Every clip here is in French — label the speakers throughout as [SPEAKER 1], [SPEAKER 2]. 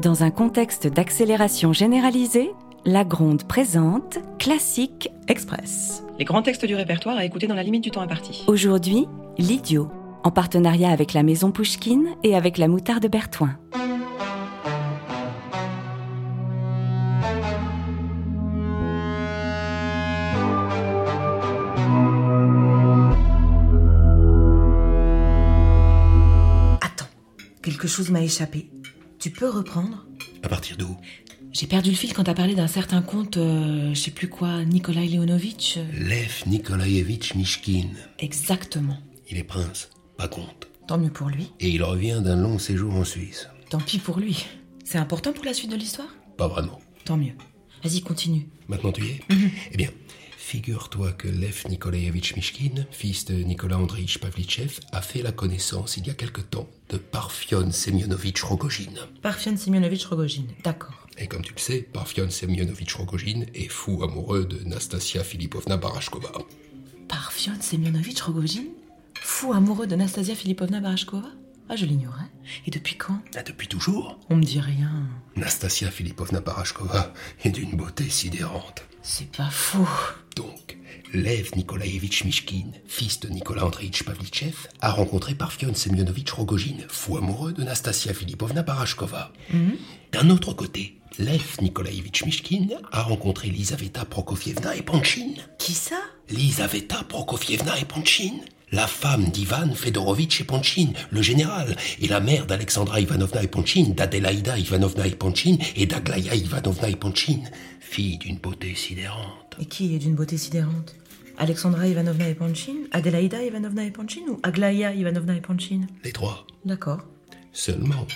[SPEAKER 1] Dans un contexte d'accélération généralisée, la Gronde présente Classique Express.
[SPEAKER 2] Les grands textes du répertoire à écouter dans la limite du temps imparti.
[SPEAKER 3] Oh,
[SPEAKER 1] Aujourd'hui, L'Idiot, en partenariat avec la Maison Pouchkine et avec la Moutarde Bertoin.
[SPEAKER 3] Attends, quelque chose m'a échappé. Tu peux reprendre
[SPEAKER 4] À partir d'où
[SPEAKER 3] J'ai perdu le fil quand t'as parlé d'un certain conte, euh, je sais plus quoi, Nikolai Leonovitch. euh,
[SPEAKER 4] Lev Nikolaevitch Mishkin.
[SPEAKER 3] Exactement.
[SPEAKER 4] Il est prince, pas comte.
[SPEAKER 3] Tant mieux pour lui.
[SPEAKER 4] Et il revient d'un long séjour en Suisse.
[SPEAKER 3] Tant pis pour lui. C'est important pour la suite de l'histoire
[SPEAKER 4] Pas vraiment.
[SPEAKER 3] Tant mieux. Vas-y, continue.
[SPEAKER 4] Maintenant tu y es Eh bien, figure-toi que Lev Nikolaevitch Mishkin, fils de Nicolas Andreïch Pavlichev, a fait la connaissance il y a quelque temps de Parfion Semyonovitch Rogojin.
[SPEAKER 3] Parfian Semyonovitch Rogojin, d'accord.
[SPEAKER 4] Et comme tu le sais, Parfion Semyonovitch Rogojin est fou amoureux de Nastasia Filipovna Barashkova.
[SPEAKER 3] Parfian Semyonovitch Rogojin Fou amoureux de Nastasia Filipovna Barashkova Ah, je l'ignorais. Et depuis quand
[SPEAKER 4] Ah, depuis toujours
[SPEAKER 3] On me dit rien.
[SPEAKER 4] Nastasia Filipovna Barashkova est d'une beauté sidérante.
[SPEAKER 3] C'est pas fou.
[SPEAKER 4] Donc, Lev Nikolaevitch Mishkin, fils de Nicolas Andreïch Pavlichev, a rencontré Parfion Semyonovitch Rogojin, fou amoureux de Nastasia Filipovna Barashkova. D'un autre côté, Lev Nikolaevitch Mishkin a rencontré Lisaveta Prokofievna Epanchin.
[SPEAKER 3] Qui ça
[SPEAKER 4] Lisaveta Prokofievna Epanchin la femme d'Ivan Fedorovitch Epanchin, le général, et la mère d'Alexandra Ivanovna Epanchin, d'Adelaïda Ivanovna Epanchin et d'Aglaya Ivanovna Epanchin, fille d'une beauté sidérante.
[SPEAKER 3] Et qui est d'une beauté sidérante Alexandra Ivanovna Epanchin Adelaïda Ivanovna Epanchin Ou Aglaya Ivanovna Epanchin
[SPEAKER 4] Les trois.
[SPEAKER 3] D'accord.
[SPEAKER 4] Seulement,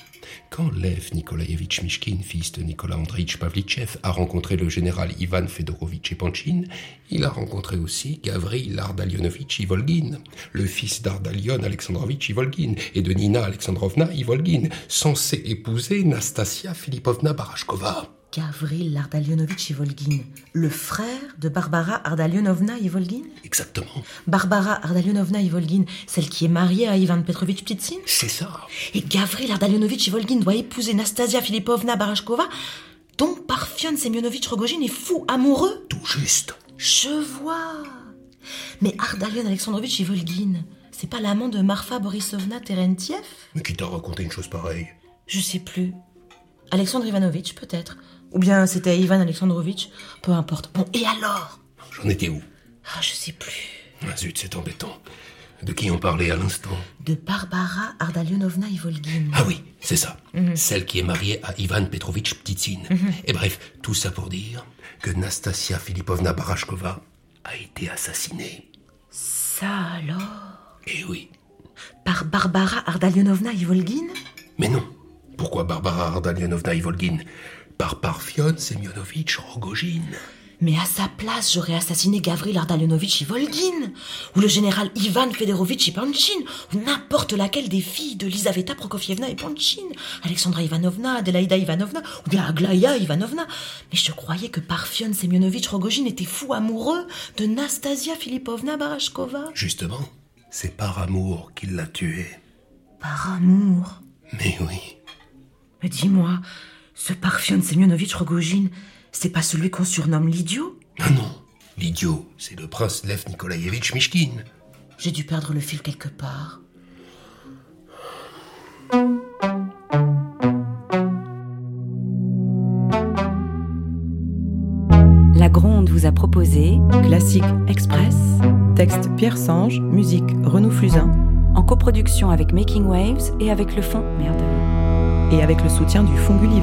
[SPEAKER 4] quand Lev Nikolaevitch Mishkin, fils de Nicolas Andreïch Pavlichev, a rencontré le général Ivan Fedorovitch Epanchin, il a rencontré aussi Gavril Ardalionovitch Ivolgin, le fils d'Ardalion Alexandrovitch Ivolgin et de Nina Alexandrovna Ivolgin, censé épouser Nastasia Filipovna Barashkova.
[SPEAKER 3] Gavril Ardalionovitch Ivolgin, le frère de Barbara Ardalionovna Ivolgin
[SPEAKER 4] Exactement,
[SPEAKER 3] Barbara Ardalionovna Ivolgin, celle qui est mariée à Ivan Petrovitch Ptitsin
[SPEAKER 4] c'est ça.
[SPEAKER 3] Et Gavril Ardalionovitch Ivolgin doit épouser Nastasia Filipovna Barashkova, dont Parfion Semyonovitch Rogojin est fou amoureux
[SPEAKER 4] Tout juste.
[SPEAKER 3] Je vois Mais Ardalion Alexandrovitch Ivolgin, c'est pas l'amant de Marfa Borisovna Terentiev
[SPEAKER 4] Mais qui t'a raconté une chose pareille
[SPEAKER 3] Je sais plus. Alexandre Ivanovitch, peut-être. Ou bien c'était Ivan Alexandrovitch, peu importe. Bon, et alors
[SPEAKER 4] J'en étais où
[SPEAKER 3] Ah, je sais plus.
[SPEAKER 4] Ah zut, c'est embêtant. De qui on parlait à l'instant
[SPEAKER 3] De Barbara Ardalionovna Ivolgin.
[SPEAKER 4] Ah oui, c'est ça. Celle qui est mariée à Ivan Petrovitch Ptitsin. Et bref, tout ça pour dire que Nastasia Filipovna Barashkova a été assassinée.
[SPEAKER 3] Ça alors
[SPEAKER 4] Eh oui.
[SPEAKER 3] Par Barbara Ardalionovna Ivolgin
[SPEAKER 4] Mais non. Pourquoi Barbara Ardalionovna Ivolgin Par Parfion Semyonovitch Rogojin.
[SPEAKER 3] Mais à sa place, j'aurais assassiné Gavril Ardalionovitch Ivolgin, ou le général Ivan Fedorovitch Ipanchin, ou n'importe laquelle des filles de Lisaveta Prokofievna Ipanchin, Alexandra Ivanovna, Adelaïda Ivanovna, ou bien Aglaya Ivanovna. Mais je croyais que Parfion Semyonovitch Rogojin était fou amoureux de Nastasia Filipovna Barashkova.
[SPEAKER 4] Justement, c'est par amour qu'il l'a tuée.
[SPEAKER 3] Par amour.
[SPEAKER 4] Mais oui.
[SPEAKER 3] Mais dis-moi, ce Parfion Semyonovitch Rogojin, c'est pas celui qu'on surnomme l'idiot
[SPEAKER 4] Ah non. L'idiot, c'est le prince Lev Nikolaevitch Mishkin.
[SPEAKER 3] J'ai dû perdre le fil quelque part.
[SPEAKER 1] La Gronde vous a proposé
[SPEAKER 5] Classique
[SPEAKER 1] Express,
[SPEAKER 5] Texte Pierre Sange, musique Renaud Flusin
[SPEAKER 1] en coproduction avec Making Waves et avec le fond Merde.
[SPEAKER 5] et avec le soutien du Fonds Gulliver.